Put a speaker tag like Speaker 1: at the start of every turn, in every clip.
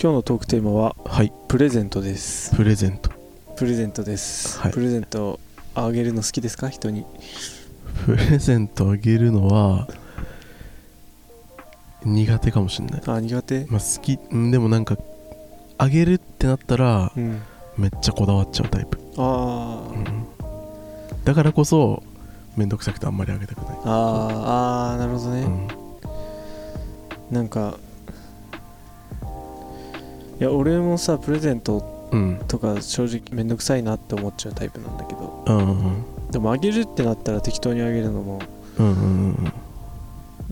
Speaker 1: 今日のトークテーマは
Speaker 2: はい
Speaker 1: プレゼントです
Speaker 2: プレゼント
Speaker 1: プレゼントです、
Speaker 2: はい
Speaker 1: プレゼントあげるの好きですか人に
Speaker 2: プレゼントあげるのは苦手かもしれない
Speaker 1: あ苦手
Speaker 2: まあ好きうんでもなんかあげるってなったら
Speaker 1: うん
Speaker 2: めっちゃこだわっちゃうタイプ、
Speaker 1: あ
Speaker 2: う
Speaker 1: ー
Speaker 2: ん、だからこそめんどくさくてあんまりあげたくない、
Speaker 1: あーあーなるほどね、
Speaker 2: うん、
Speaker 1: なんかいや俺もさプレゼント
Speaker 2: うん
Speaker 1: とか正直めんどくさいなって思っちゃうタイプなんだけど
Speaker 2: うんうん
Speaker 1: でもあげるってなったら適当にあげるのも
Speaker 2: うんうん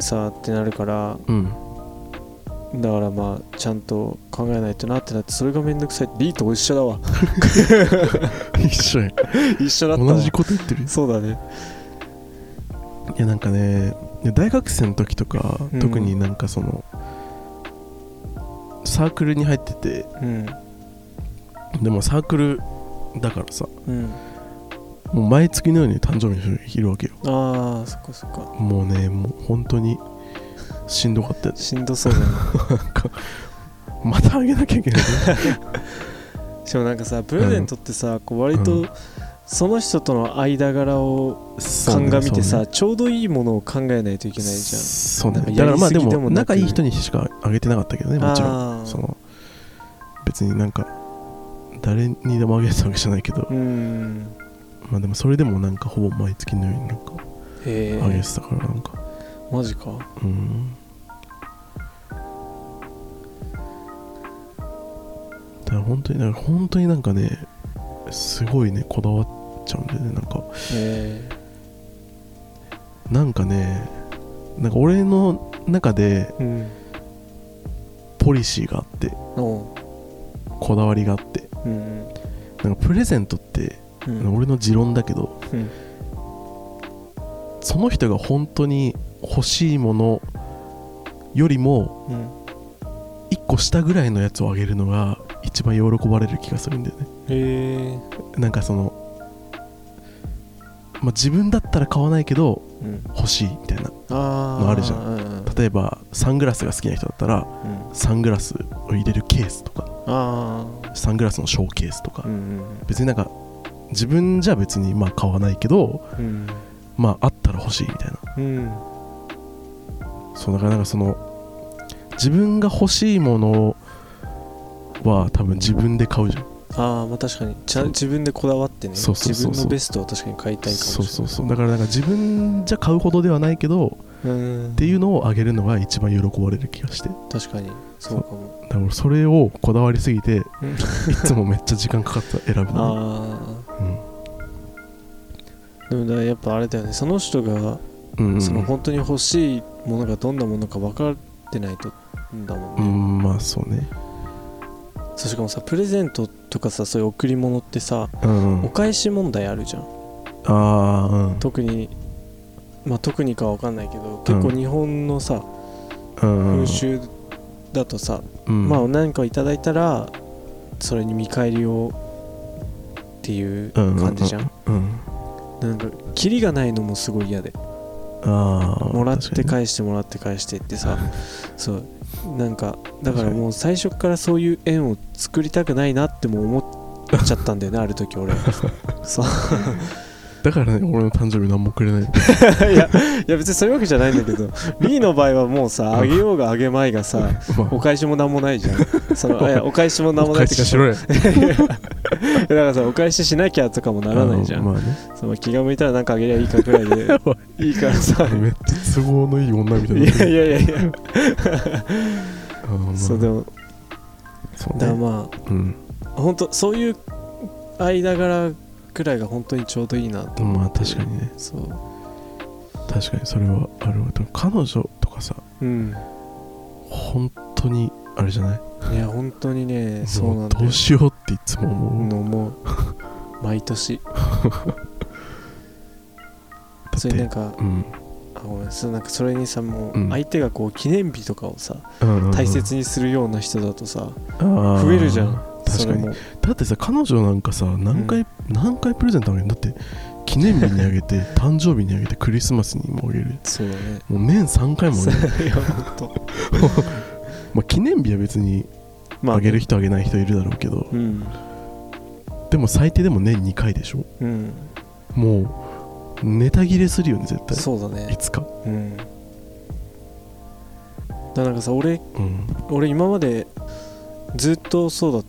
Speaker 1: さあってなるから
Speaker 2: うんうん
Speaker 1: だからまあちゃんと考えないとなってなってそれがめんどくさいってリーと一緒だ わ
Speaker 2: 一緒や
Speaker 1: 一緒だったわ
Speaker 2: 同じこと言ってる
Speaker 1: そうだね
Speaker 2: いやなんかねいや大学生の時とか、
Speaker 1: うん
Speaker 2: 特になんかそのサークルに入ってて
Speaker 1: うん
Speaker 2: でもサークルだからさ
Speaker 1: うん
Speaker 2: もう毎月のように誕生日の日いるわけよ
Speaker 1: ああそっかそっか
Speaker 2: もうねもう本当にしんどかったよ
Speaker 1: しんどそうだね
Speaker 2: またあげなきゃいけない
Speaker 1: しかもなんかさプレゼントってさ、こう割
Speaker 2: う
Speaker 1: とその人との間柄を鑑みてさ、ちょうどいいものを考えないといけないじゃん
Speaker 2: そうね
Speaker 1: なんか
Speaker 2: だからまあ
Speaker 1: や
Speaker 2: で
Speaker 1: りすぎでも
Speaker 2: も
Speaker 1: なく
Speaker 2: 仲いい人にしかあげてなかったけどねもちろん
Speaker 1: あー
Speaker 2: その別になんか誰にでもあげてたわけじゃないけ
Speaker 1: う
Speaker 2: ど
Speaker 1: ーん
Speaker 2: まあでもそれでもなんかほぼ毎月のようになんか
Speaker 1: へ
Speaker 2: あげ
Speaker 1: え
Speaker 2: てたからなんか
Speaker 1: マジか
Speaker 2: うんだから本当になんか本当になんかねすごいねこだわっちゃうんだよねなんか
Speaker 1: へ
Speaker 2: なんかねなんか俺の中で
Speaker 1: えうん
Speaker 2: ポリシーがあって
Speaker 1: おう
Speaker 2: こだわりがあって
Speaker 1: うん
Speaker 2: なんかプレゼントって、
Speaker 1: うん
Speaker 2: 俺の持論だけど、
Speaker 1: うん
Speaker 2: その人が本当に欲しいものよりも
Speaker 1: うん
Speaker 2: 1個下ぐらいのやつをあげるのが一番喜ばれる気がするんだよね
Speaker 1: へえ
Speaker 2: なんかその、まあ、自分だったら買わないけど
Speaker 1: うん
Speaker 2: 欲しいみたいな
Speaker 1: あー
Speaker 2: のあるじゃん
Speaker 1: うんうん
Speaker 2: 例えばサングラスが好きな人だったら
Speaker 1: うん
Speaker 2: サングラスを入れるケースとか
Speaker 1: あ
Speaker 2: サングラスのショーケースとか
Speaker 1: あうん
Speaker 2: 別になんか自分じゃ別にまあ買わないけど
Speaker 1: うん
Speaker 2: まああったら欲しいみたいな
Speaker 1: うん
Speaker 2: そうだからなんかその自分が欲しいものは多分自分で買うじゃん
Speaker 1: ああまあ確かにちゃ
Speaker 2: そうん
Speaker 1: 自分でこだわってね
Speaker 2: そうそうそうそ
Speaker 1: 自分
Speaker 2: う
Speaker 1: のベストを確かに買いたいかもしれな
Speaker 2: そう
Speaker 1: い
Speaker 2: そうそうだからなんか自分じゃ買うほどではないけど
Speaker 1: うん
Speaker 2: っていうのをあげるのが一番喜ばれる気がして
Speaker 1: 確かにそうかも
Speaker 2: だから俺それをこだわりすぎてい
Speaker 1: うん
Speaker 2: つもめっちゃ時間かかった選ぶのに
Speaker 1: ああ
Speaker 2: うん
Speaker 1: でもだからやっぱあれだよねその人が
Speaker 2: うんうんうん
Speaker 1: その本当に欲しいものがどんなものか分かってないとだもん
Speaker 2: う
Speaker 1: ね、
Speaker 2: んまあそうね
Speaker 1: そうしかもさプレゼントとかさそういう贈り物ってさ、
Speaker 2: うんう
Speaker 1: お
Speaker 2: ん
Speaker 1: 返し問題あるじゃん
Speaker 2: ああうん
Speaker 1: 特にまあ特にかは分かんないけど結構日本のさ、
Speaker 2: うんうん
Speaker 1: 風習だとさ、
Speaker 2: うん
Speaker 1: まあ何かをいただいたらそれに見返りをっていう
Speaker 2: うんうん
Speaker 1: 感じじゃん,、
Speaker 2: うん
Speaker 1: なんかキリがないのもすごい嫌で
Speaker 2: ああ
Speaker 1: もらって
Speaker 2: 確か
Speaker 1: 返してもらって返してってさそうなんかだからもう最初からそういう縁を作りたくないなっても思っちゃったんだよ ねある時俺そう
Speaker 2: にだからね俺の誕生日何もくれな い
Speaker 1: いやいや別にそういうわけじゃないんだけどリーの場合はもうさあげようがあげまいがさ
Speaker 2: まあ
Speaker 1: お返しもなんもないじゃん そのいやお返しもなんも
Speaker 2: お
Speaker 1: ないって
Speaker 2: 返し
Speaker 1: か
Speaker 2: しろよ
Speaker 1: だからさお返ししなきゃとかもならないじゃん、
Speaker 2: うまあね
Speaker 1: その気が向いたらなんかあげりゃいいかぐらい でいいからさ
Speaker 2: めっちゃ都合のいい女みたい
Speaker 1: い
Speaker 2: な
Speaker 1: やいやいやいや、
Speaker 2: あーまあ
Speaker 1: そうでも
Speaker 2: そう
Speaker 1: だから
Speaker 2: ね
Speaker 1: まあ
Speaker 2: うん
Speaker 1: 本当そういう間柄くらいが本当にちょうどいいなと思
Speaker 2: まあ
Speaker 1: って
Speaker 2: 確かにね
Speaker 1: そう
Speaker 2: 確かにそれはあるわでも彼女とかさ
Speaker 1: うん
Speaker 2: 本当にあれじゃない
Speaker 1: いや本当にねそうなん
Speaker 2: も
Speaker 1: だ
Speaker 2: ど
Speaker 1: よ
Speaker 2: うしようっていつも思う、
Speaker 1: のもう毎年
Speaker 2: だっ
Speaker 1: それなん
Speaker 2: て
Speaker 1: か
Speaker 2: うん
Speaker 1: あごめんそうなんかそれにさも
Speaker 2: う
Speaker 1: うん相手がこう記念日とかをさ
Speaker 2: うん
Speaker 1: 大切にするような人だとさ
Speaker 2: 増
Speaker 1: 増えるじゃん
Speaker 2: 確
Speaker 1: そ
Speaker 2: か
Speaker 1: れ
Speaker 2: に
Speaker 1: も
Speaker 2: だってさ彼女なんかさ何回、何回プレゼントあげるんだって記念日に あげて誕生日にあげてクリスマスにもあげる
Speaker 1: そうだ ね
Speaker 2: もう年3回もあげる、
Speaker 1: いや本当
Speaker 2: まあ、記念日は別に
Speaker 1: ま
Speaker 2: あげる
Speaker 1: 人
Speaker 2: 人あげない人いるだろうけど
Speaker 1: うん
Speaker 2: でも最低でも年2回でしょ
Speaker 1: うん
Speaker 2: もうネタ切れするよね絶対
Speaker 1: そうだ
Speaker 2: い
Speaker 1: ね
Speaker 2: つか
Speaker 1: うんだからなんかさ俺
Speaker 2: うん
Speaker 1: 俺今までずっとそうだっ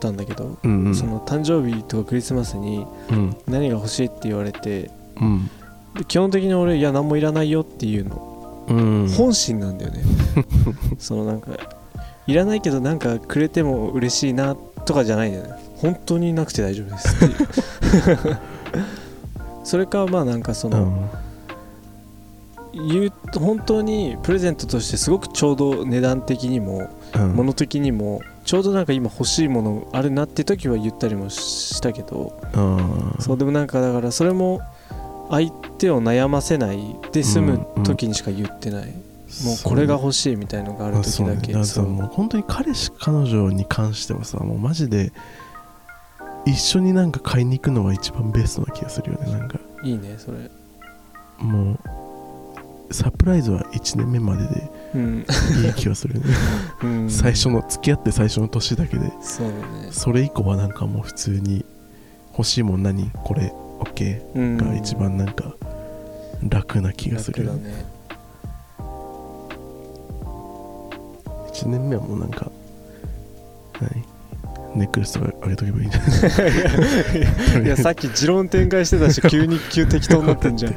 Speaker 1: たんだけど、
Speaker 2: うんうん
Speaker 1: その誕生日とかクリスマスに
Speaker 2: うん
Speaker 1: 何が欲しいって言われて
Speaker 2: うん
Speaker 1: で基本的に俺いや何もいらないよっていうの、
Speaker 2: うん
Speaker 1: 本心なんだ よねそのなんかいらないけどなんかくれても嬉しいなとかじゃないんだよね本当になくて大丈夫ですっていう それかまあなんかその、
Speaker 2: うん
Speaker 1: 言うと本当にプレゼントとしてすごくちょうど値段的にも
Speaker 2: うん
Speaker 1: 物的にもちょうどなんか今欲しいものあるなって時は言ったりもしたけど
Speaker 2: うん
Speaker 1: そうでもなんかだからそれも相手を悩ませないで済む時にしか言ってない、もうこれが欲しいみたいのがある時だけ
Speaker 2: あ
Speaker 1: そ
Speaker 2: そううねだからさもう本当に彼氏彼女に関してはさもうマジで一緒になんか買いに行くのが一番ベストな気がするよねなんか
Speaker 1: いいねそれ
Speaker 2: もうサプライズは1年目までで
Speaker 1: うん、
Speaker 2: いい気がするよね
Speaker 1: うん、
Speaker 2: 最初の付き合って最初の年だけで
Speaker 1: そうだね
Speaker 2: それ以降はなんかもう普通に欲しいもん何これ OK
Speaker 1: うん
Speaker 2: が一番なんか楽な気がするよ
Speaker 1: 楽
Speaker 2: ね
Speaker 1: だね
Speaker 2: 1年目はもうなんか何ネックレスとかあげとけばいいんじゃな い
Speaker 1: いやさっき持論展開してた し急に急適当になってんじゃん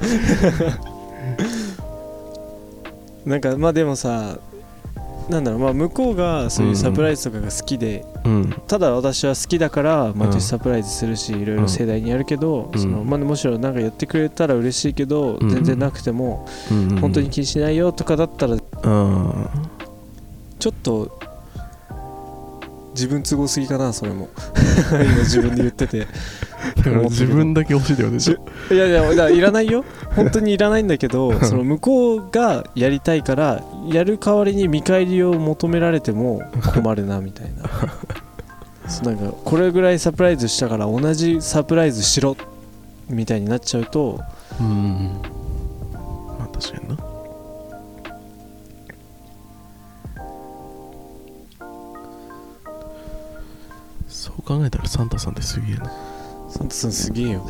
Speaker 1: なんかまあでもさなんだろうまあ向こうがそういうサプライズとかが好きで、
Speaker 2: うん
Speaker 1: ただ私は好きだから毎
Speaker 2: うん
Speaker 1: 年サプライズするし、いろいろ盛大にやるけど、
Speaker 2: うん
Speaker 1: そのまあ、むしろなんかやってくれたら嬉しいけど、
Speaker 2: うん
Speaker 1: 全然なくても
Speaker 2: うんうん
Speaker 1: 本当に気にしないよとかだったら
Speaker 2: うん
Speaker 1: ちょっと自分都合すぎかなそれも 今自分で言ってて
Speaker 2: だから自分だけ欲しいだよね
Speaker 1: じゅいやいやだからいらない よ本当にいらないんだけどその向こうがやりたいからやる代わりに見返りを求められても困るなみたい なそうなんかこれぐらいサプライズしたから同じサプライズしろみたいになっちゃうと
Speaker 2: うんまあ確かになそう考えたらサンタさんってすげえな
Speaker 1: サンタさんすげえよ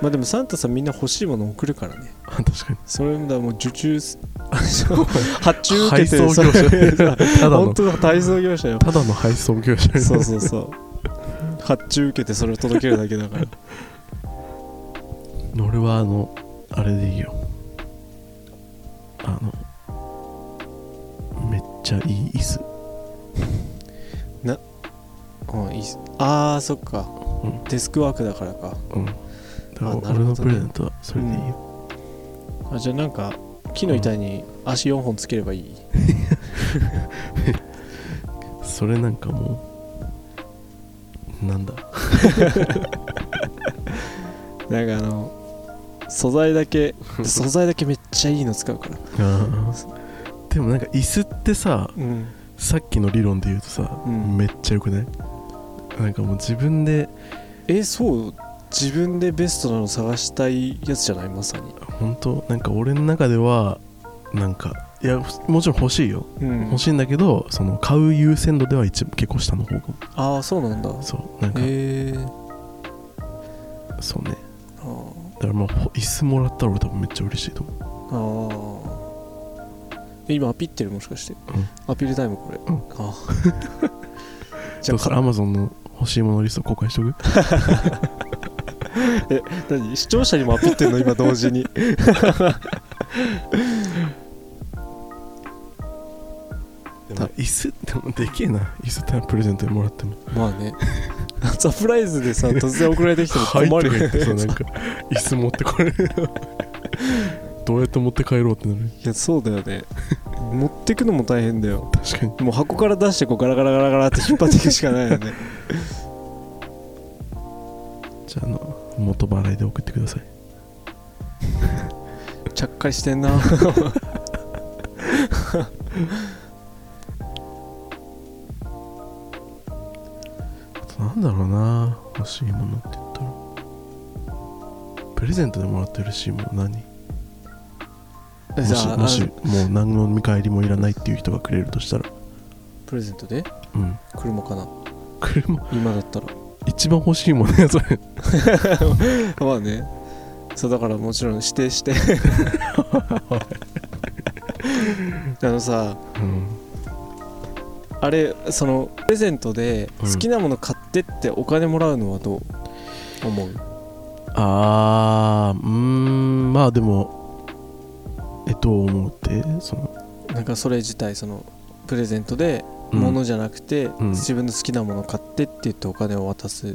Speaker 1: まあでもサンタさんみんな欲しいもの送るからね
Speaker 2: 確かに
Speaker 1: それだからもう受注 す発注受けて
Speaker 2: 配送業者
Speaker 1: それ
Speaker 2: ただの
Speaker 1: 本当だ配送業者 よ
Speaker 2: ただの配送業者
Speaker 1: そうそうそう発注受けてそれを届けるだけだから
Speaker 2: 俺はあのあれでいいよあのめっちゃいい椅子
Speaker 1: うん、いいっすあーそっか、
Speaker 2: うん
Speaker 1: デスクワークだからか
Speaker 2: うんだから
Speaker 1: あなるほどね
Speaker 2: 俺のプレゼントはそれでいいよ、
Speaker 1: あじゃあなんか木の板に足4本つければいい、
Speaker 2: それなんかもうなんだ
Speaker 1: なんかあの素材だ け素材だけめっちゃいいの使うから
Speaker 2: あーでもなんか椅子ってさ
Speaker 1: うん
Speaker 2: さっきの理論で言うとさ、
Speaker 1: うん
Speaker 2: めっちゃよくないなんかもう自分で
Speaker 1: えそう自分でベストなの探したいやつじゃないまさに
Speaker 2: 本当なんか俺の中ではなんかいやもちろん欲しいよ、
Speaker 1: うん
Speaker 2: 欲しいんだけどその買う優先度では一結構下の方が
Speaker 1: ああそうなんだ
Speaker 2: そうなんか、
Speaker 1: へえー、
Speaker 2: そうね
Speaker 1: あー
Speaker 2: だからまあほ椅子もらったら俺多分めっちゃ嬉しいと思う
Speaker 1: あーえ今アピってるもしかして、アピールタイムこれ、
Speaker 2: ん
Speaker 1: あー じ
Speaker 2: じ
Speaker 1: ゃ
Speaker 2: ゃあ
Speaker 1: あ
Speaker 2: それアマゾンの欲しいものリスト公開しとく
Speaker 1: 何視聴者にもアピってんの今同時に
Speaker 2: でも椅子でもでけえな椅子ってプレゼントでもらっても
Speaker 1: まあね サプライズでさ突然送られてきても
Speaker 2: はいと
Speaker 1: 困
Speaker 2: か
Speaker 1: る
Speaker 2: 言
Speaker 1: よ
Speaker 2: ってさな
Speaker 1: ね
Speaker 2: んか椅子 持ってこれるどうやって持って帰ろうってなる
Speaker 1: いやそうだよね持ってくのも大変だよ
Speaker 2: 確かに
Speaker 1: もう箱から出してこうガラガラガラガラって引っ張っていくしかないよ ね
Speaker 2: じゃああの元払いで送ってください
Speaker 1: ちゃっかりしてんな
Speaker 2: あとなんだろうな欲しいものって言ったらプレゼントでもらって嬉しいもの何も
Speaker 1: じ
Speaker 2: し
Speaker 1: ゃあ
Speaker 2: もし
Speaker 1: あの
Speaker 2: もう何の見返りもいらないっていう人がくれるとしたら
Speaker 1: プレゼントで
Speaker 2: うん
Speaker 1: 車かな
Speaker 2: 車
Speaker 1: 今だ ったら
Speaker 2: 一番欲しいものやそれ
Speaker 1: まあねそうだからもちろん指定 してあのさ
Speaker 2: うん
Speaker 1: あれそのプレゼントで
Speaker 2: うん
Speaker 1: 好きなもの買ってってお金もらうのはどう思う
Speaker 2: あーうーんまあでもえどう思うってその、
Speaker 1: なんかそれ自体そのプレゼントで
Speaker 2: うん
Speaker 1: ものじゃなくて、
Speaker 2: ん
Speaker 1: 自分の好きなものを買ってって言ってお金を渡すの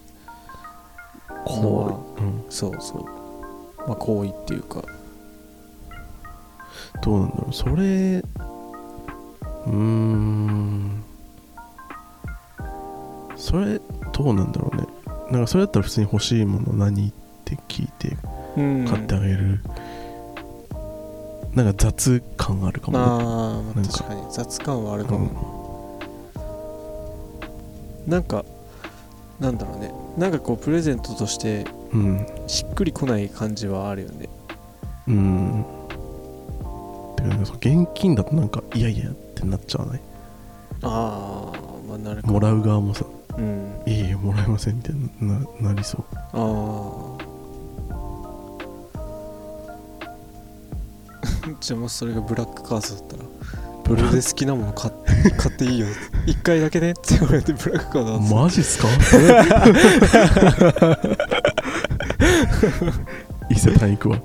Speaker 2: こ
Speaker 1: は
Speaker 2: う、うん、
Speaker 1: そうそうまあ行為っていうか
Speaker 2: どうなんだろうそれうーんそれどうなんだろうねなんかそれだったら普通に欲しいもの何って聞いて
Speaker 1: うん
Speaker 2: 買ってあげる、なんか雑感があるかもね
Speaker 1: あーま
Speaker 2: な
Speaker 1: あ
Speaker 2: んか
Speaker 1: 確かに雑感はあるか
Speaker 2: う
Speaker 1: も
Speaker 2: ん、
Speaker 1: なんかなんだろうねなんかこうプレゼントとして
Speaker 2: うん
Speaker 1: しっくりこない感じはあるよね
Speaker 2: うんてかなんかその現金だとなんかいやいやってなっちゃわない
Speaker 1: ああまあなるか
Speaker 2: もらう側もさ
Speaker 1: うん
Speaker 2: いやいやもらえませんみたいになななりそう
Speaker 1: ああ じゃあもしそれがブラックカードだったらブルーで好きなもの買って買っていいよ一回だけねって言われてブラックカードだった
Speaker 2: マジっすか伊勢丹行くわ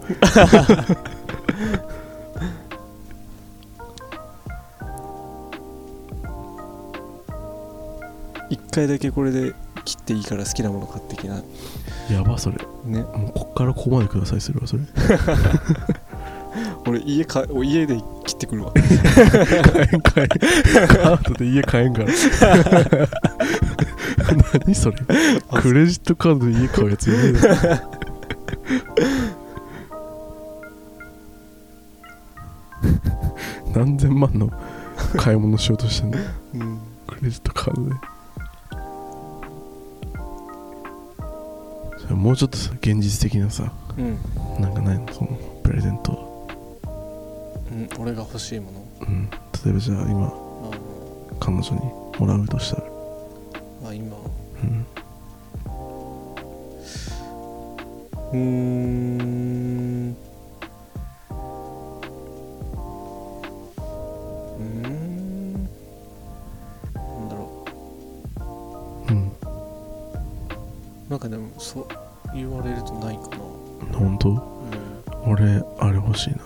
Speaker 1: 一回だけこれで切っていいから好きなもの買ってきな
Speaker 2: やばそれ
Speaker 1: ね
Speaker 2: もうこっからここまでくださいするわそれ
Speaker 1: 俺家か家で切ってく るわ
Speaker 2: 買えん買えんカードで家買えんから何それクレジットカードで家買うやついねえだろ何千万の買い物しようとしてんの
Speaker 1: うん
Speaker 2: クレジットカードでそれもうちょっとさ現実的なさ
Speaker 1: うん、
Speaker 2: なんかないのそのプレゼント、
Speaker 1: うん、俺が欲しいもの
Speaker 2: うん、例えばじゃあ今
Speaker 1: あの
Speaker 2: 彼女にもらうとしたら、
Speaker 1: まあ今
Speaker 2: うん、
Speaker 1: うーんうーんなんだろ
Speaker 2: うん、
Speaker 1: うなんかでもそう言われるとないかな
Speaker 2: 本当
Speaker 1: う
Speaker 2: 俺あれ欲しいな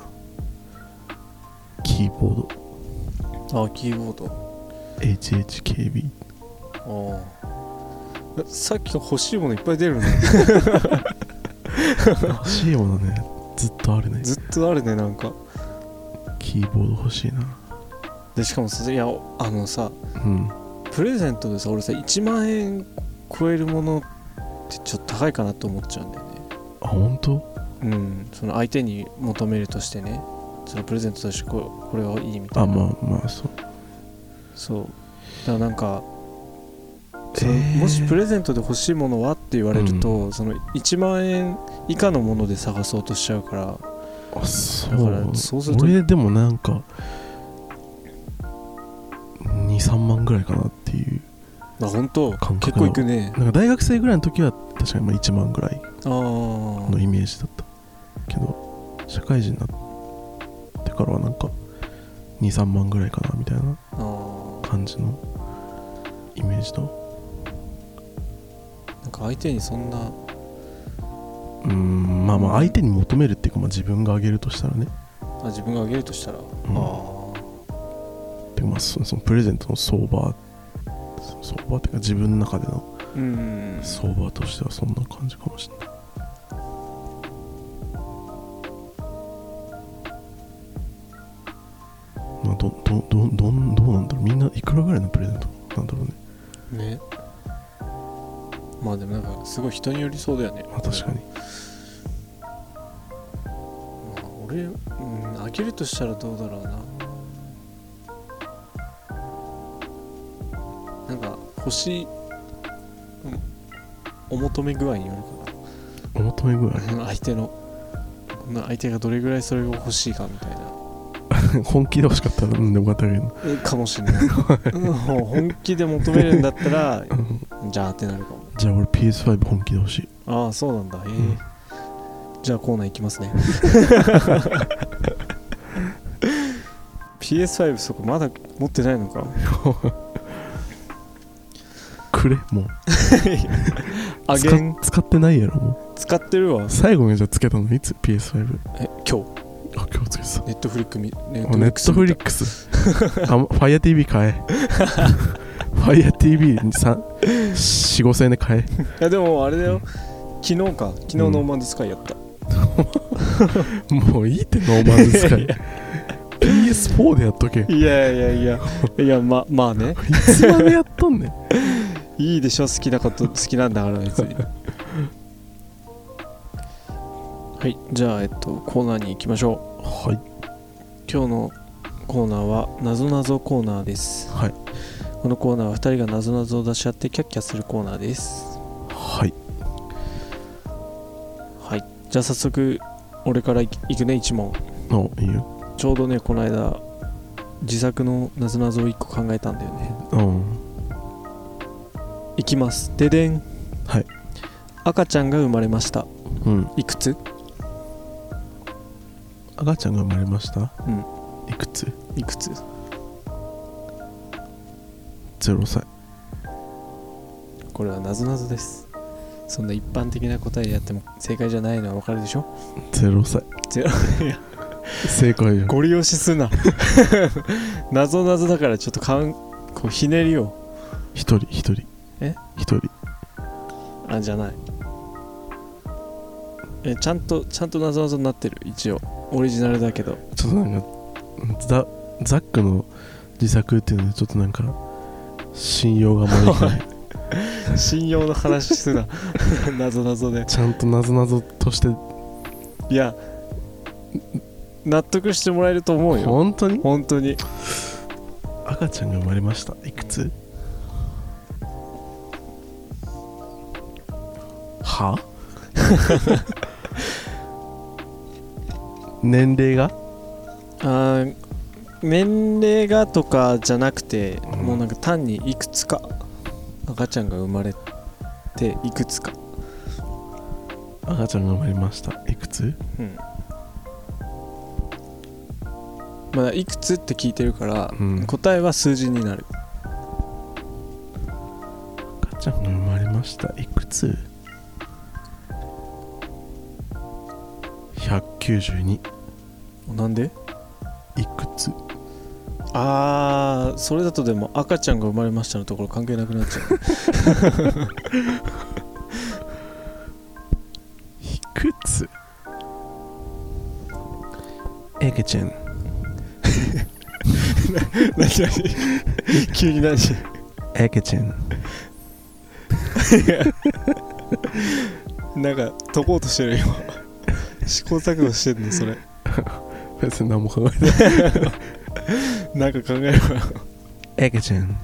Speaker 2: キーボード
Speaker 1: んあキーボード
Speaker 2: HHKB
Speaker 1: ああえさっきの欲しいものいっぱい出るね
Speaker 2: 欲しいものねずっとあるね
Speaker 1: ずっとあるねなんか
Speaker 2: キーボード欲しいな
Speaker 1: でしかもさいやあのさ
Speaker 2: うん
Speaker 1: プレゼントでさ俺さ1万円超えるものってちょっと高いかなと思っちゃうんだよね
Speaker 2: あ本当
Speaker 1: うんその相手に求めるとしてねそのプレゼントとしてここれはいいみた
Speaker 2: あ
Speaker 1: いな
Speaker 2: まあまあそう
Speaker 1: そうだからなんかその
Speaker 2: えー
Speaker 1: もしプレゼントで欲しいものはって言われると、その1万円以下のもので探そうとしちゃうから
Speaker 2: あそ
Speaker 1: だか
Speaker 2: う
Speaker 1: らそうすると
Speaker 2: 俺でもなんか23万ぐらいかなっていう
Speaker 1: あ本当
Speaker 2: 感
Speaker 1: 結構
Speaker 2: 覚の
Speaker 1: いくね
Speaker 2: なんか大学生ぐらいの時は確かにまあ1万ぐらい
Speaker 1: ああ
Speaker 2: のイメージだったけど社会人になってからはなんか23万ぐらいかなみたいな
Speaker 1: あー
Speaker 2: 感じのイメージと
Speaker 1: なんか相手にそんな
Speaker 2: うーんまあまあ相手に求めるっていうか、まあ、自分があげるとしたらね
Speaker 1: あ自分があげるとしたら、ああ
Speaker 2: てかまあそそのプレゼントの相場そ相場っていうか自分の中での
Speaker 1: うん
Speaker 2: 相場としてはそんな感じかもしれないまあのどどどどんどうなんだろうみんないくらぐらいのプレゼントなんだろうね
Speaker 1: ねまあでもなんかすごい人によりそうだよね
Speaker 2: まあ確かに
Speaker 1: まあ俺、うん、あげるとしたらどうだろうななんか欲しいうんお求め具合による
Speaker 2: お求め具合
Speaker 1: かな相手のな相手がどれぐらいそれが欲しいかみたいな
Speaker 2: 本気で欲しかったらうんでよかったけど
Speaker 1: えかもしれない うんもう本気で求めるんだったら
Speaker 2: うん
Speaker 1: じゃあってなるかも
Speaker 2: じゃあ俺 PS5 本気で欲しい
Speaker 1: ああそうなんだへえ、
Speaker 2: ん
Speaker 1: じゃあコーナーいきますね PS5 そこまだ持ってないのか
Speaker 2: くれもう
Speaker 1: あげ
Speaker 2: 使
Speaker 1: ん
Speaker 2: っ使ってないやろも
Speaker 1: 使ってるわ
Speaker 2: う最後にじゃあつけたのいつ PS5
Speaker 1: え今日
Speaker 2: あ今日つけてた
Speaker 1: ネットフリック見ネ
Speaker 2: あネットフリックスあファイア TV 買えファイア TV 4 5千円で買え
Speaker 1: いやでもあれだよ昨日か昨日ノーマンズスカイやった、
Speaker 2: もういいってノーマル使い PS4 でやっとけよ
Speaker 1: いやいやいやいやままあね
Speaker 2: いつまでやっとんねん
Speaker 1: いいでしょ好きなこと好きなんだから別 にはいじゃあえっとコーナーに行きましょう
Speaker 2: はい
Speaker 1: 今日のコーナーはなぞなぞコーナーです
Speaker 2: はい
Speaker 1: このコーナーは2人がなぞなぞを出し合ってキャッキャするコーナーです
Speaker 2: はい
Speaker 1: はいじゃあ早速俺からいいくね1問
Speaker 2: のいいよ
Speaker 1: ちょうどねこの間自作のなぞなぞを1個考えたんだよね
Speaker 2: うん
Speaker 1: いきますででん
Speaker 2: はい
Speaker 1: 赤ちゃんが生まれました
Speaker 2: うん
Speaker 1: いくつ
Speaker 2: 赤ちゃんが生まれました
Speaker 1: うん
Speaker 2: いくつ
Speaker 1: いくつ
Speaker 2: 0歳
Speaker 1: これはなぞなぞですそんな一般的な答えやっても正解じゃないのはわかるでしょ
Speaker 2: 0歳
Speaker 1: ゼロいや
Speaker 2: 正解よ
Speaker 1: ご利用しすな なぞなぞだからちょっとかんこうひねりを
Speaker 2: 一人一人
Speaker 1: え
Speaker 2: 一人
Speaker 1: あじゃないえちゃんとちゃんとなぞなぞになってる一応オリジナルだけど
Speaker 2: ちょっとなんかザザックの自作っていうのでちょっとなんか信用が招かない
Speaker 1: 信用の話すな なぞなぞで
Speaker 2: ちゃんとなぞなぞとして
Speaker 1: いや納得してもらえると思うよ
Speaker 2: 本当に
Speaker 1: 本当に
Speaker 2: 赤ちゃんが生まれましたいくつは 年齢が
Speaker 1: あー年齢がとかじゃなくて、
Speaker 2: ん
Speaker 1: もうなんか単にいくつか赤ちゃんが生まれていくつか
Speaker 2: 赤ちゃんが生まれましたいくつ
Speaker 1: うんまだいくつって聞いてるから、
Speaker 2: うん
Speaker 1: 答えは数字になる
Speaker 2: 赤ちゃんが生まれましたいくつ192
Speaker 1: なんで
Speaker 2: いくつ
Speaker 1: ああそれだとでも赤ちゃんが生まれましたのところ関係なくなっちゃう
Speaker 2: いくつ赤ちゃん
Speaker 1: 何何急に何
Speaker 2: 赤ちゃん
Speaker 1: なんか解こうとしてる今試行錯誤してんのそれ
Speaker 2: 別に何も考えて
Speaker 1: な
Speaker 2: な
Speaker 1: んか考えるわ
Speaker 2: い赤ちゃん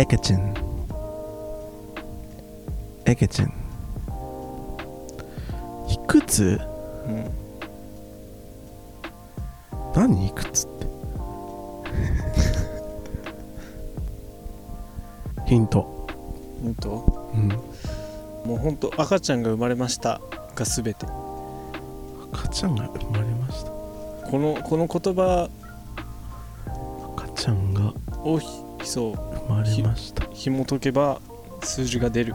Speaker 2: 赤ちゃん赤ちゃんいくつ
Speaker 1: うん
Speaker 2: 何いくつ ってヒント
Speaker 1: ほんと
Speaker 2: うん
Speaker 1: もうほんと赤ちゃんが生まれましたが全て
Speaker 2: 赤ちゃんが生まれました
Speaker 1: このこの言葉
Speaker 2: 赤ちゃんが
Speaker 1: をひそう
Speaker 2: 生まれました
Speaker 1: 紐解けば数字が出る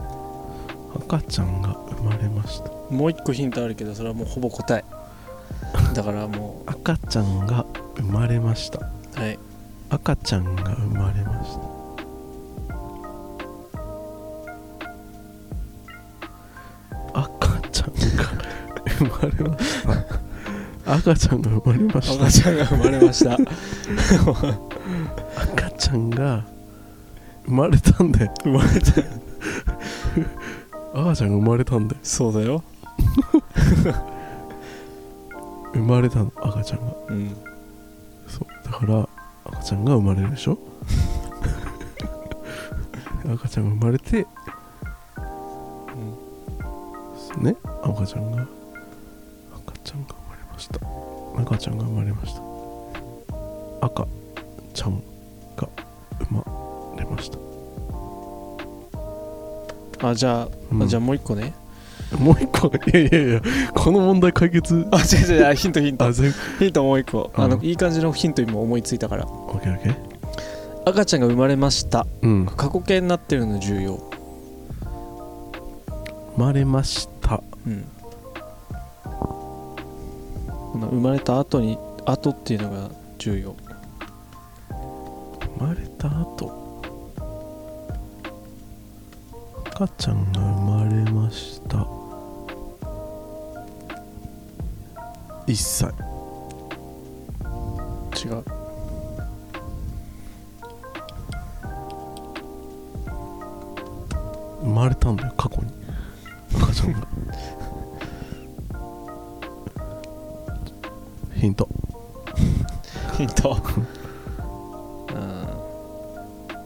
Speaker 2: 赤ちゃんが生まれました
Speaker 1: もう一個ヒントあるけどそれはもうほぼ答えだからも
Speaker 2: 赤ちゃんが生まれました
Speaker 1: うはい
Speaker 2: 赤ちゃんが生まれました赤ちゃんが生まれました赤ちゃんが生まれました
Speaker 1: 赤ちゃんが生まれました
Speaker 2: 赤ちゃんが生まれたんで
Speaker 1: 生まれた
Speaker 2: 赤ちゃんが生まれたんで
Speaker 1: そうだよ
Speaker 2: 生まれたの赤ちゃんが
Speaker 1: うん
Speaker 2: そうだから赤ちゃんが生まれるで しょ赤ちゃんが生まれて、そうね赤ちゃんが赤ちゃんが生まれました赤ちゃんが生まれました赤ちゃんが生まれました、
Speaker 1: あじゃあ,、
Speaker 2: うん
Speaker 1: あじゃあもう一個ね
Speaker 2: もう一個いやいやいやこの問題解決
Speaker 1: あ違う違うあヒントヒント
Speaker 2: あ全部
Speaker 1: ヒントもう一個
Speaker 2: うん
Speaker 1: あのいい感じのヒント今思いついたから
Speaker 2: オッケーオッケー
Speaker 1: 赤ちゃんが生まれました
Speaker 2: うん
Speaker 1: 過去形になってるの重要
Speaker 2: 生まれました
Speaker 1: うんこの生まれた後に後っていうのが重要
Speaker 2: 生まれた後赤ちゃんが生まれました1歳
Speaker 1: 違う
Speaker 2: 生まれたんだよ過去に赤ちゃんがヒント
Speaker 1: ヒント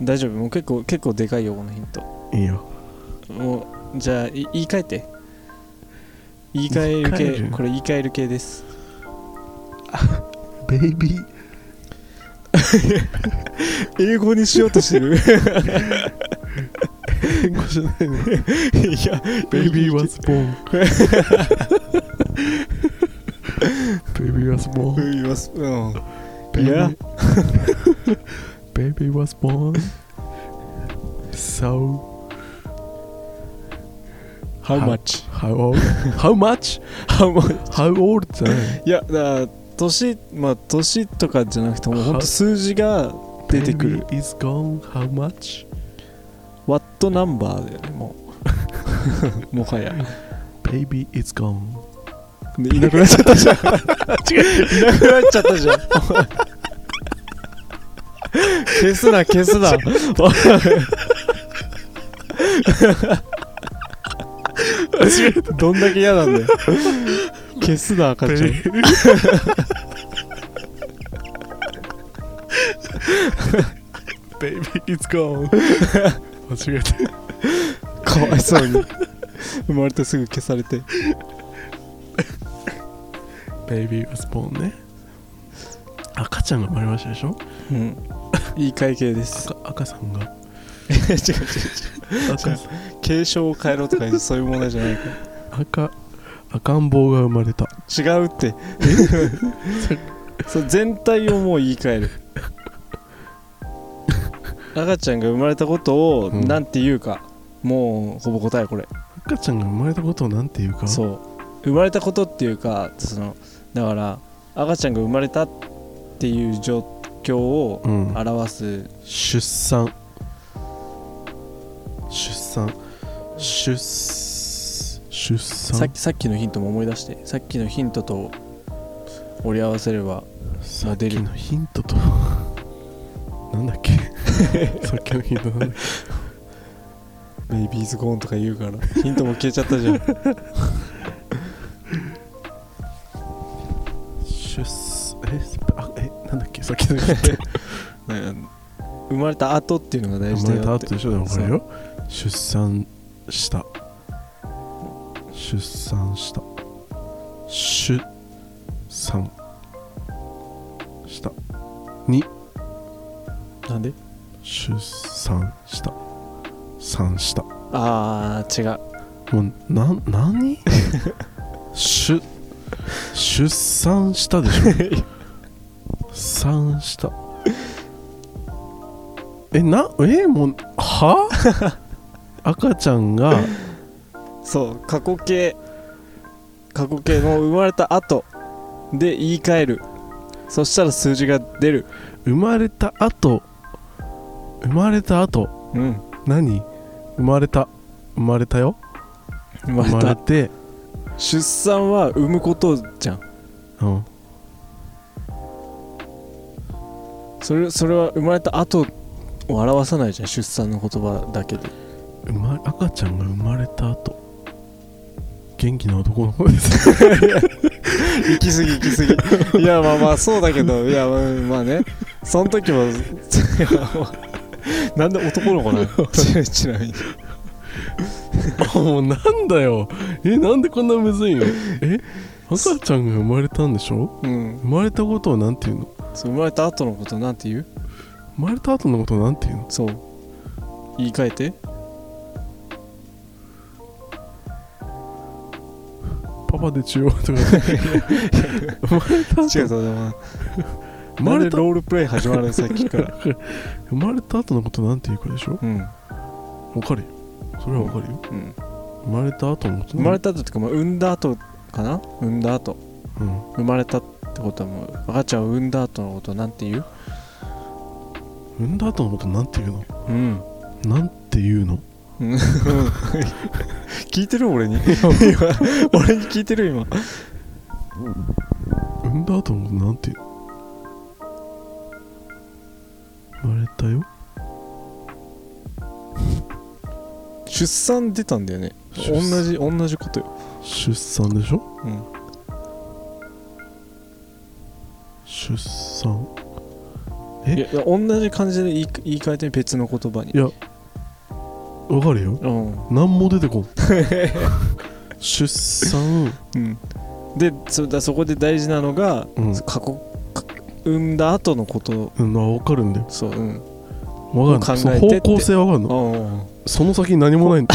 Speaker 1: うん大丈夫もう結構結構でかいよこのヒント
Speaker 2: いいよ
Speaker 1: もうじゃあい言い換えて言い換える
Speaker 2: 言い換え
Speaker 1: 系
Speaker 2: る
Speaker 1: これ言い換える系です
Speaker 2: ベイビー
Speaker 1: 英語にしようとしてる
Speaker 2: 変更じゃない
Speaker 1: い
Speaker 2: ね
Speaker 1: や
Speaker 2: ベイビーはスポーンベイビーはスポーン
Speaker 1: Baby was- うん
Speaker 2: ベイビー
Speaker 1: Yeah.
Speaker 2: baby was born. So
Speaker 1: How
Speaker 2: はい
Speaker 1: much?
Speaker 2: how old? How much?
Speaker 1: How much?
Speaker 2: How old? じゃない
Speaker 1: いやだから年まあ年とかじゃなくてもうほんと数字が 出てくる
Speaker 2: Baby is gone. How much?
Speaker 1: What number だよねもう もはや
Speaker 2: Baby is gone.
Speaker 1: でいなくなっちゃったじゃんいなくなっちゃったじゃん消すな消すなどんだけ嫌なんだよ消すな赤ちゃん
Speaker 2: Baby is gone. 間違えた。
Speaker 1: かわいそうに生まれてすぐ消されて
Speaker 2: Baby was born ね。赤ちゃんが生まれましたでしょ
Speaker 1: うんいい会計です
Speaker 2: 赤赤さんが。
Speaker 1: 違う違う違
Speaker 2: 赤さん
Speaker 1: う継承を変えろとかそういう問題じゃないか
Speaker 2: 赤赤ん坊が生まれた。
Speaker 1: ら違うってそう全体をもう言い換える赤ちゃんが生まれたことを
Speaker 2: うん
Speaker 1: なんて言うか、もうほぼ答えこれ
Speaker 2: 赤ちゃんが生まれたことをなんていうか。
Speaker 1: そう生まれたことっていうかそのだから赤ちゃんが生まれたっていう状況を
Speaker 2: うん。
Speaker 1: 表す
Speaker 2: 出産出産出出産
Speaker 1: さっきさっきのヒントも思い出してさっきのヒントと折り合わせれば
Speaker 2: さっ
Speaker 1: 出
Speaker 2: き
Speaker 1: る
Speaker 2: のヒントとなんだっ けさっきのヒントなんだっ
Speaker 1: 「
Speaker 2: け
Speaker 1: ベイビーズコーン」とか言うからヒントも消えちゃったじゃん
Speaker 2: 出えあえなんだっけさ っきのヒント
Speaker 1: 生まれた後っていうのが大事
Speaker 2: 生
Speaker 1: だ
Speaker 2: まれた
Speaker 1: よっ
Speaker 2: 後
Speaker 1: て
Speaker 2: でしょでもこれよ出産した出産した出産した
Speaker 1: なんで
Speaker 2: 出産した産した
Speaker 1: ああ違う
Speaker 2: もうな何出出産したでしょ産したえなえもうは赤ちゃんが
Speaker 1: そう過去形過去形の生まれた後で言い換えるそしたら数字が出る
Speaker 2: 生まれた後生まれた後
Speaker 1: うん
Speaker 2: 何生まれた生まれたよ
Speaker 1: 生ま
Speaker 2: 生
Speaker 1: れ
Speaker 2: まれ
Speaker 1: た
Speaker 2: て
Speaker 1: 出産は産むことじゃん
Speaker 2: うん
Speaker 1: それそれは生まれた後を表さないじゃん出産の言葉だけで
Speaker 2: 生ま赤ちゃんが生まれた後元気な男の子です
Speaker 1: 行き過ぎ行き過ぎいやまあまあそうだけどいやまあまあねその時もいやまあ なんで男の子なのち ちなみに
Speaker 2: あもうなんだよえなんでこんなむずいのえ赤ちゃんが生まれたんでしょ
Speaker 1: うん
Speaker 2: 生まれたことをなんて言うの
Speaker 1: そう生まれた後のことなんて言う
Speaker 2: 生まれた後のことをなんて言うの
Speaker 1: そう言い換えて
Speaker 2: パパで中央とかで生まれた後
Speaker 1: 違うそうだな
Speaker 2: 生
Speaker 1: な
Speaker 2: ま
Speaker 1: んで
Speaker 2: れた
Speaker 1: ロールプレイ始まるのさっき から
Speaker 2: 生まれた後のことなんて言うかでしょ
Speaker 1: うん、
Speaker 2: わかるよそれはわかるよ
Speaker 1: うん、
Speaker 2: 生まれた後のこと
Speaker 1: 生まれ
Speaker 2: た
Speaker 1: た後っていうか、まあ、産んだ後かな産んだ後
Speaker 2: うん
Speaker 1: 生まれたってことはもう赤ちゃんを産んだ後のことなんて言う
Speaker 2: 産んだ後のことなんて言うの
Speaker 1: うん
Speaker 2: なんて言うの
Speaker 1: うん 聞いてる俺に今俺に聞いてる今
Speaker 2: 産んだ後のことなんて言う生まれたよ
Speaker 1: 出産出たんだよね
Speaker 2: 出
Speaker 1: 同じ同じことよ
Speaker 2: 出産でしょ
Speaker 1: うん
Speaker 2: 出産
Speaker 1: いやいや同じ感じで言い言い換えて別の言葉に
Speaker 2: いやわかるよ
Speaker 1: うん
Speaker 2: 何も出て こん出産
Speaker 1: うんでそだそこで大事なのが
Speaker 2: うん、
Speaker 1: 過去か産んだ後のこと
Speaker 2: うん、あ分かるんだよ
Speaker 1: そううん
Speaker 2: わかるんだよ
Speaker 1: 考えてっ
Speaker 2: そ
Speaker 1: て
Speaker 2: の方向性わかる
Speaker 1: あ
Speaker 2: のその先に何もない んだ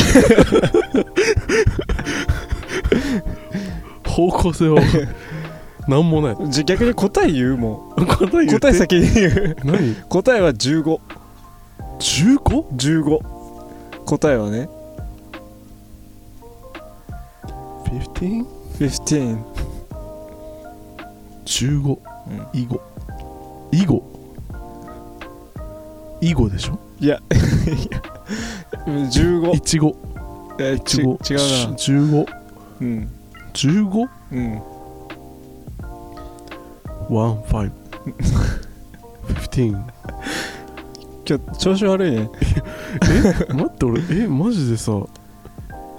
Speaker 2: 方向性はわかる何もない
Speaker 1: あじゃあ逆に答え言うも
Speaker 2: 答
Speaker 1: う
Speaker 2: え言って
Speaker 1: 答え先に言 う
Speaker 2: 何
Speaker 1: 答えは1515
Speaker 2: 15?
Speaker 1: 答えはね
Speaker 2: 15?
Speaker 1: 15
Speaker 2: 15
Speaker 1: うん
Speaker 2: 囲碁囲碁囲碁でしょ
Speaker 1: いやいや15
Speaker 2: いちご
Speaker 1: え
Speaker 2: いちご
Speaker 1: ち違うな
Speaker 2: 15
Speaker 1: うん
Speaker 2: 15
Speaker 1: うん
Speaker 2: ワンファイブフィフテ ィーン
Speaker 1: 今日調子悪いね
Speaker 2: 待って俺えマジでさ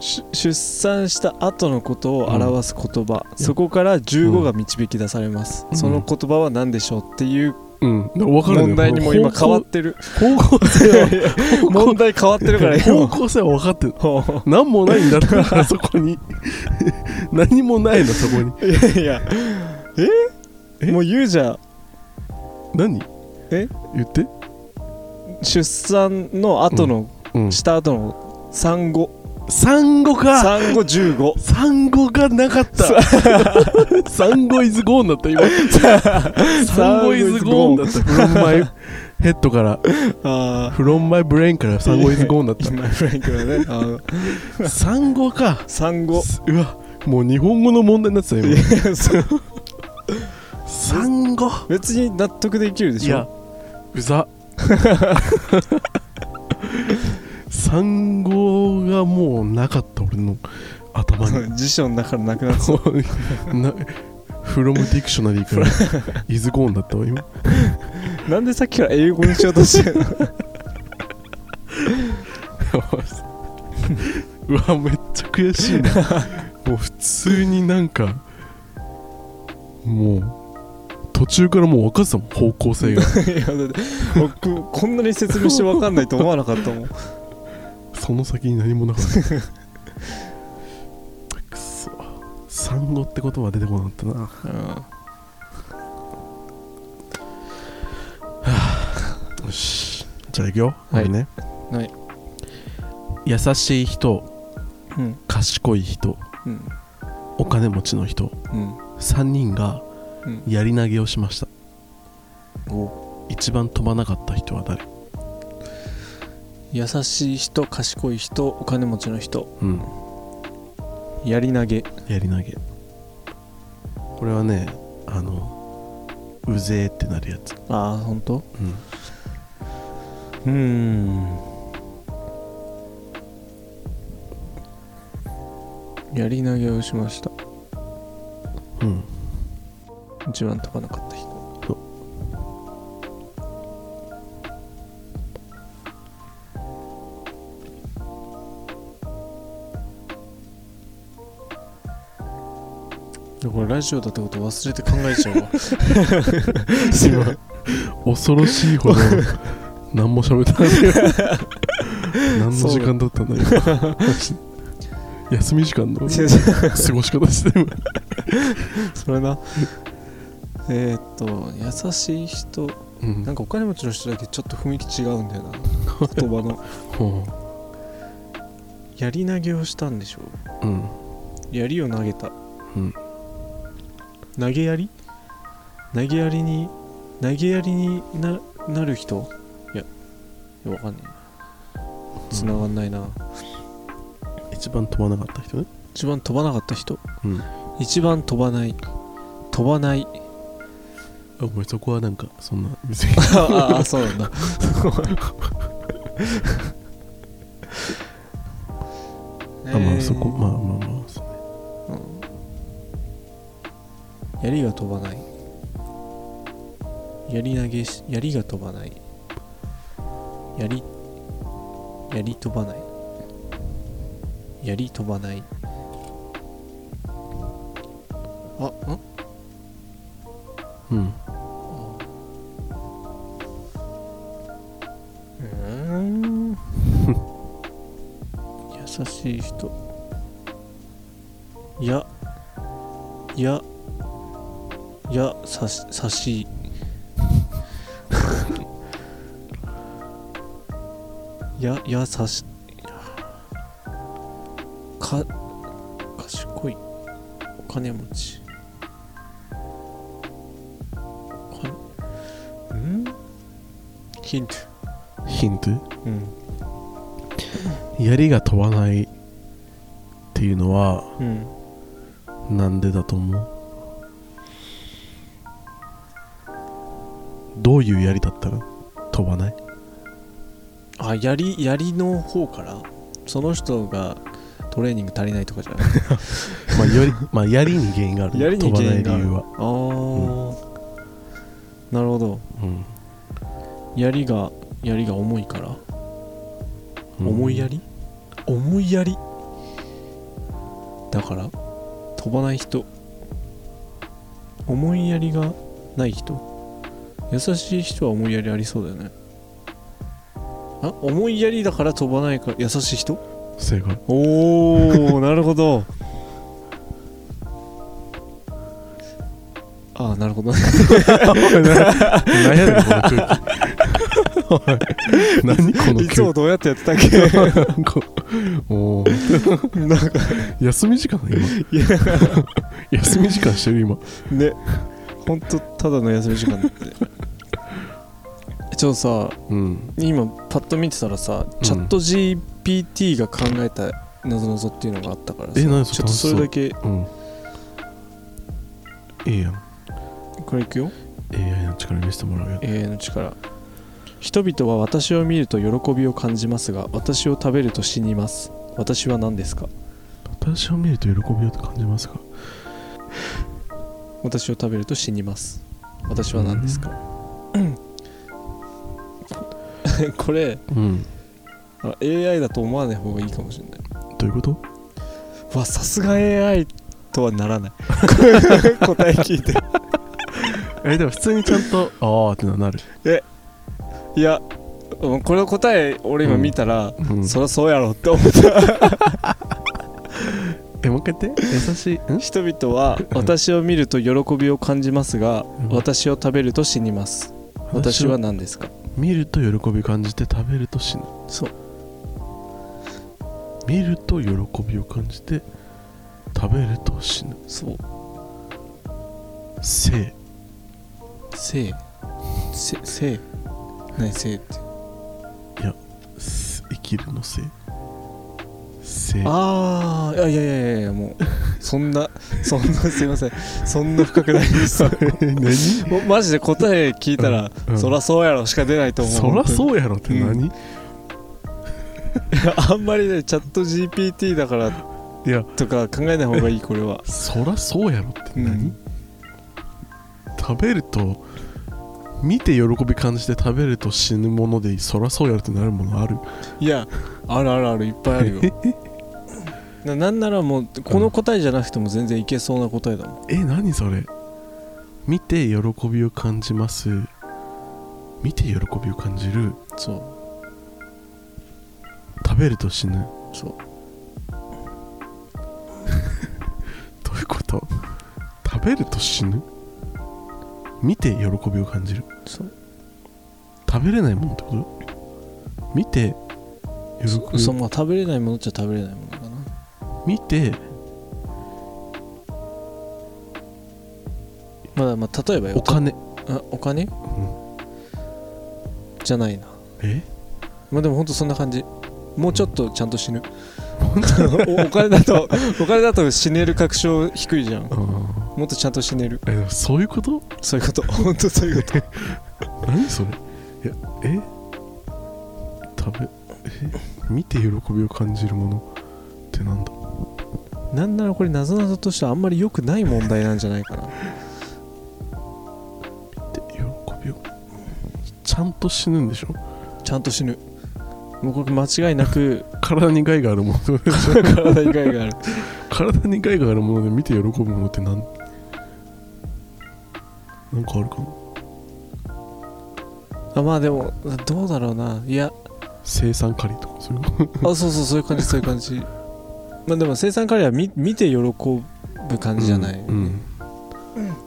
Speaker 1: し出産した後のことを表す言葉、そこから15が導き出されます、
Speaker 2: うん
Speaker 1: その言葉は何でしょうっていう
Speaker 2: うん分かる
Speaker 1: 問題にも今変わってる
Speaker 2: 方向性は
Speaker 1: 問題変わってるから
Speaker 2: 方
Speaker 1: 今
Speaker 2: 向性は分かってる
Speaker 1: ほ
Speaker 2: 何もない んだったらそこに何もないのそこに
Speaker 1: ういやいやえ
Speaker 2: え
Speaker 1: もう言うじゃん
Speaker 2: 何
Speaker 1: え
Speaker 2: 言って
Speaker 1: 出産の後の、
Speaker 2: うん
Speaker 1: した後の産後
Speaker 2: 産後か
Speaker 1: 産後15
Speaker 2: 産後がなかった 産後イズゴーンだった今産後イズゴーンだったフロンマイヘッドから
Speaker 1: あ
Speaker 2: フロンマイブレインから産後イズゴーンだっ
Speaker 1: あ今フランク だねあの
Speaker 2: た産後か
Speaker 1: 産後
Speaker 2: うわもう日本語の問題になってた
Speaker 1: い
Speaker 2: 今
Speaker 1: やそう
Speaker 2: 産後
Speaker 1: 別に納得できるで
Speaker 2: い
Speaker 1: し
Speaker 2: や
Speaker 1: ょ
Speaker 2: うざ産後がもうなかった俺の頭に
Speaker 1: 辞書の中からなくなってた
Speaker 2: なフロムディクショナリーからイズゴーンだったわ 今
Speaker 1: なんでさっきから英語にしようとしてるの
Speaker 2: うわめっちゃ悔しいなもう普通になんかもう途中からもう分かってたもん方向性が
Speaker 1: いやだって僕こんなに説明して分かんないと思わなかったもん
Speaker 2: その先に何もなかったくそ産後って言葉出てこなかったなよしじゃあ行くよ
Speaker 1: はい
Speaker 2: 俺ね
Speaker 1: はい
Speaker 2: 優しい人
Speaker 1: うん
Speaker 2: 賢い人
Speaker 1: うん
Speaker 2: お金持ちの人
Speaker 1: うん
Speaker 2: 3人が
Speaker 1: うん
Speaker 2: やり投げをしました、
Speaker 1: お
Speaker 2: 一番飛ばなかった人は誰
Speaker 1: 優しい人賢い人お金持ちの人
Speaker 2: うん
Speaker 1: やり投げ
Speaker 2: やり投げこれはねあのうぜーってなるやつ
Speaker 1: ああ本当
Speaker 2: うん
Speaker 1: うーんやり投げをしました
Speaker 2: うん
Speaker 1: 一番飛ばなかった人でこれラジオだってこと忘れて考えちゃうわ
Speaker 2: 恐ろしい ほど何も喋ってない 何の時間だったんだよ休み時間の過ごし方してる
Speaker 1: それなえーっと優しい人
Speaker 2: うん
Speaker 1: なんかお金持ちの人だけちょっと雰囲気違うんだよな言葉の
Speaker 2: ほ
Speaker 1: やり投げをしたんでしょ
Speaker 2: ううん
Speaker 1: 槍を投げた、
Speaker 2: うん
Speaker 1: 投げ槍投げ槍に投げ槍にななる人いやいやわかんねえな繋がんないな、
Speaker 2: 一番飛ばなかった人ね
Speaker 1: 一番飛ばなかった人、
Speaker 2: うん
Speaker 1: 一番飛ばない飛ばない
Speaker 2: あごめんそこはなんかそんな別 に
Speaker 1: ああそうなんだ
Speaker 2: あまあそこ
Speaker 1: えー
Speaker 2: まあまあまあそ
Speaker 1: うん
Speaker 2: う
Speaker 1: 槍が飛ばない槍投げし槍が飛ばない槍槍飛ばない槍飛ばないあん
Speaker 2: うん
Speaker 1: うん優しい人やややさしさしい ややさしか賢いお金持ちお金んヒント
Speaker 2: ヒント
Speaker 1: うん
Speaker 2: 槍が飛ばないっていうのは
Speaker 1: うん
Speaker 2: なんでだと思うどういう槍だったら飛ばない
Speaker 1: あ槍槍の方からその人がトレーニング足りないとかじゃないあ
Speaker 2: まあ、よりまあ槍に原因がある
Speaker 1: 槍に
Speaker 2: 飛ば
Speaker 1: 原
Speaker 2: ない
Speaker 1: 因
Speaker 2: 理
Speaker 1: がある
Speaker 2: 由は、
Speaker 1: あー、なるほど
Speaker 2: うん
Speaker 1: 槍が槍が重いから、
Speaker 2: うん
Speaker 1: 重い槍重い槍だから飛ばない人重い槍がない人優しい人は思いやりありそうだよねあ思いやりだから飛ばないから優しい人
Speaker 2: 正解
Speaker 1: おおなるほどああなるほど
Speaker 2: 悩んでるこの空気 おい何この
Speaker 1: いつも
Speaker 2: 空
Speaker 1: どうやってやってたっけ
Speaker 2: 気 こおー
Speaker 1: なんか
Speaker 2: 休み時間だ今
Speaker 1: いや
Speaker 2: 休み時間してる今
Speaker 1: ねほんとただの休み時間だってちょっとさ
Speaker 2: うん
Speaker 1: 今パッと見てたらさ、
Speaker 2: ん
Speaker 1: チャット GPT が考えたなぞなぞっていうのがあったからさ
Speaker 2: え何それ
Speaker 1: ちょっとそれだけ
Speaker 2: うんええやん
Speaker 1: これいくよ
Speaker 2: AI の力見せてもらうよ
Speaker 1: 永遠の力人々は私を見ると喜びを感じますが私を食べると死にます私は何ですか
Speaker 2: 私を見ると喜びを感じますか
Speaker 1: 私を食べると死にます私は何ですか、うん これ
Speaker 2: うん
Speaker 1: あ AI だと思わない方がいいかもしれない
Speaker 2: どういうこと
Speaker 1: わさすが AI とはならない 答え聞いて
Speaker 2: えでも普通にちゃんと ああってなる、
Speaker 1: いやうんこれの答え俺今見たら、
Speaker 2: うん、
Speaker 1: そりゃそうやろって思った
Speaker 2: えもう一回言って優しいん
Speaker 1: 人々は私を見ると喜びを感じますが
Speaker 2: ん
Speaker 1: 私を食べると死にます私は何ですか
Speaker 2: 見ると喜び感じて食べると死ぬ
Speaker 1: そう
Speaker 2: 見ると喜びを感じて食べると死ぬ
Speaker 1: そう
Speaker 2: 生
Speaker 1: 生せ生何生って
Speaker 2: す生きるの生生
Speaker 1: ああいやいやいやいやもうそんなそんなすいませんそんな深くない です
Speaker 2: 何
Speaker 1: もうマジで答え聞いたら、
Speaker 2: うんうん
Speaker 1: そらそうやろしか出ないと思う
Speaker 2: そらそうやろって何、い
Speaker 1: あんまりねチャット GPT だから
Speaker 2: や
Speaker 1: とか考えない方がいいこれは
Speaker 2: そらそうやろって何、
Speaker 1: うん
Speaker 2: 食べると見て喜び感じて食べると死ぬものでそらそうやろってなるものある
Speaker 1: いやあるあるあるいっぱいあるよななんならもうこの答えじゃなくても全然いけそうな答えだもん、
Speaker 2: え何それ見て喜びを感じます見て喜びを感じる
Speaker 1: そう
Speaker 2: 食べると死ぬ
Speaker 1: そう
Speaker 2: どういうこと食べると死ぬ見て喜びを感じる
Speaker 1: そう
Speaker 2: 食べれないものってこと見て喜び
Speaker 1: そ
Speaker 2: を
Speaker 1: うまあ食べれないものっちゃ食べれないものかな
Speaker 2: 見て
Speaker 1: まだまあ例えばよ
Speaker 2: お金
Speaker 1: あお金、じゃないな
Speaker 2: え
Speaker 1: まあでもほんとそんな感じもうちょっとちゃんと死ぬ おお金だとお金だと死ねる確証低いじゃん
Speaker 2: あー
Speaker 1: もっとちゃんと死ねる
Speaker 2: えでもそういうこと
Speaker 1: そういうことほんとそういうこ
Speaker 2: 何それいやえ食べえ見て喜びを感じるものってなんだ
Speaker 1: となんならこれなぞなぞとしてはあんまり良くない問題なんじゃないかな
Speaker 2: って喜びをちゃんと死ぬんでしょ
Speaker 1: ちゃんと死ぬもうこれ間違いな く
Speaker 2: 体に害があるもの
Speaker 1: 体以外がある
Speaker 2: 体に害があるもので見て喜ぶものってなんなんかあるかな
Speaker 1: あまあでもどうだろうないや
Speaker 2: 生産狩りとかそういうの
Speaker 1: あそうそうそういう感じそういう感じまあでも生産彼は見見て喜ぶ感じじゃない、
Speaker 2: うん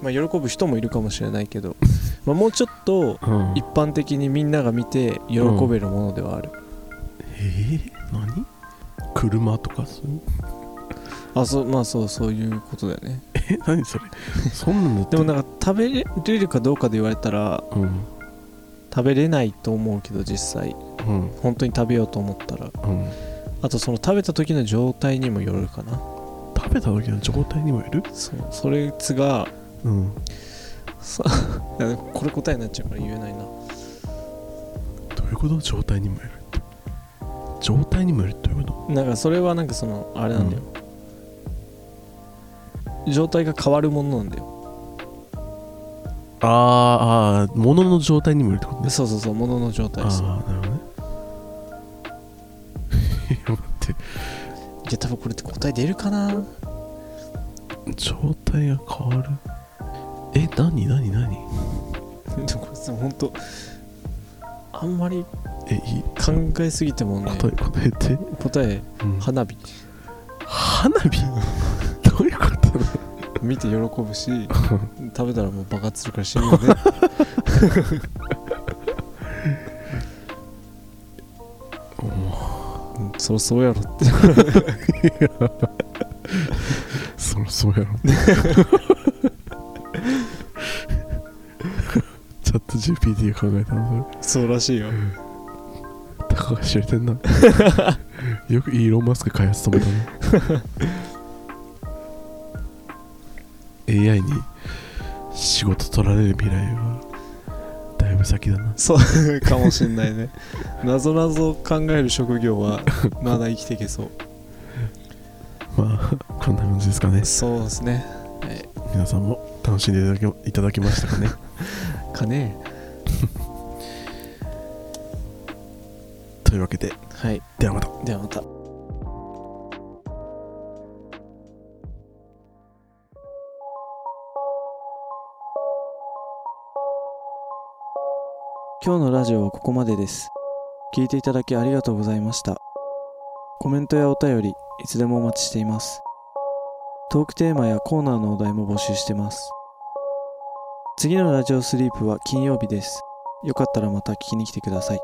Speaker 1: まあ、喜ぶ人もいるかもしれないけど、まあ、もうちょっと
Speaker 2: うん
Speaker 1: 一般的にみんなが見て喜べるものではある、
Speaker 2: えー、何車とかそういう
Speaker 1: あそうまあそうそういうことだよね
Speaker 2: え何それそんなの
Speaker 1: でも
Speaker 2: な、
Speaker 1: なんか食べれるかどうかで言われたら
Speaker 2: うん
Speaker 1: 食べれないと思うけど実際
Speaker 2: うん
Speaker 1: 本当に食べようと思ったら
Speaker 2: うん、
Speaker 1: あとその食べた時の状態にもよるかな
Speaker 2: 食べた時の状態にもよる、
Speaker 1: そうそれつが
Speaker 2: うん、
Speaker 1: さこれ答えになっちゃうから言えないな
Speaker 2: どういうこと状態にもよるって状態にもよるってどういうこ
Speaker 1: なんかそれはなんかそのあれなんだよ、状態が変わるものなんだよ
Speaker 2: とあーあー物の状態にもよるってことね
Speaker 1: そうそうそう物の状態そう
Speaker 2: ああなるほどね いや待って
Speaker 1: いや多分これって答え出るかな
Speaker 2: 状態が変わるえ何何何
Speaker 1: でもこれ本当あんまり
Speaker 2: えいい
Speaker 1: 考えすぎてもね
Speaker 2: 答え答えて、
Speaker 1: 答え
Speaker 2: うん
Speaker 1: 花火
Speaker 2: 花火 どういうことなの
Speaker 1: 見て喜ぶ し食べたらもう爆発するから死ぬよ ねうんそろそろやろって
Speaker 2: そろそろやろ チャット GPT が考えたの
Speaker 1: そうら しいよ
Speaker 2: それ高が知れてんなよくイーロン・マスク開発止めたな AI に仕事取られる未来はだいぶ先だな
Speaker 1: そうかもしんないねなぞなぞを考える職業はまだ生きていけそう
Speaker 2: まあこんな感じですかね
Speaker 1: そうですね
Speaker 2: 皆さんも楽しんでいただけいただけましたかね
Speaker 1: かね
Speaker 2: というわけで
Speaker 1: はい
Speaker 2: ではまた
Speaker 1: ではまた
Speaker 3: 今日のラジオはここまでです聞いていただきありがとうございましたコメントやお便りいつでもお待ちしていますトークテーマやコーナーのお題も募集してます次のラジオスリープは金曜日ですよかったらまた聞きに来てください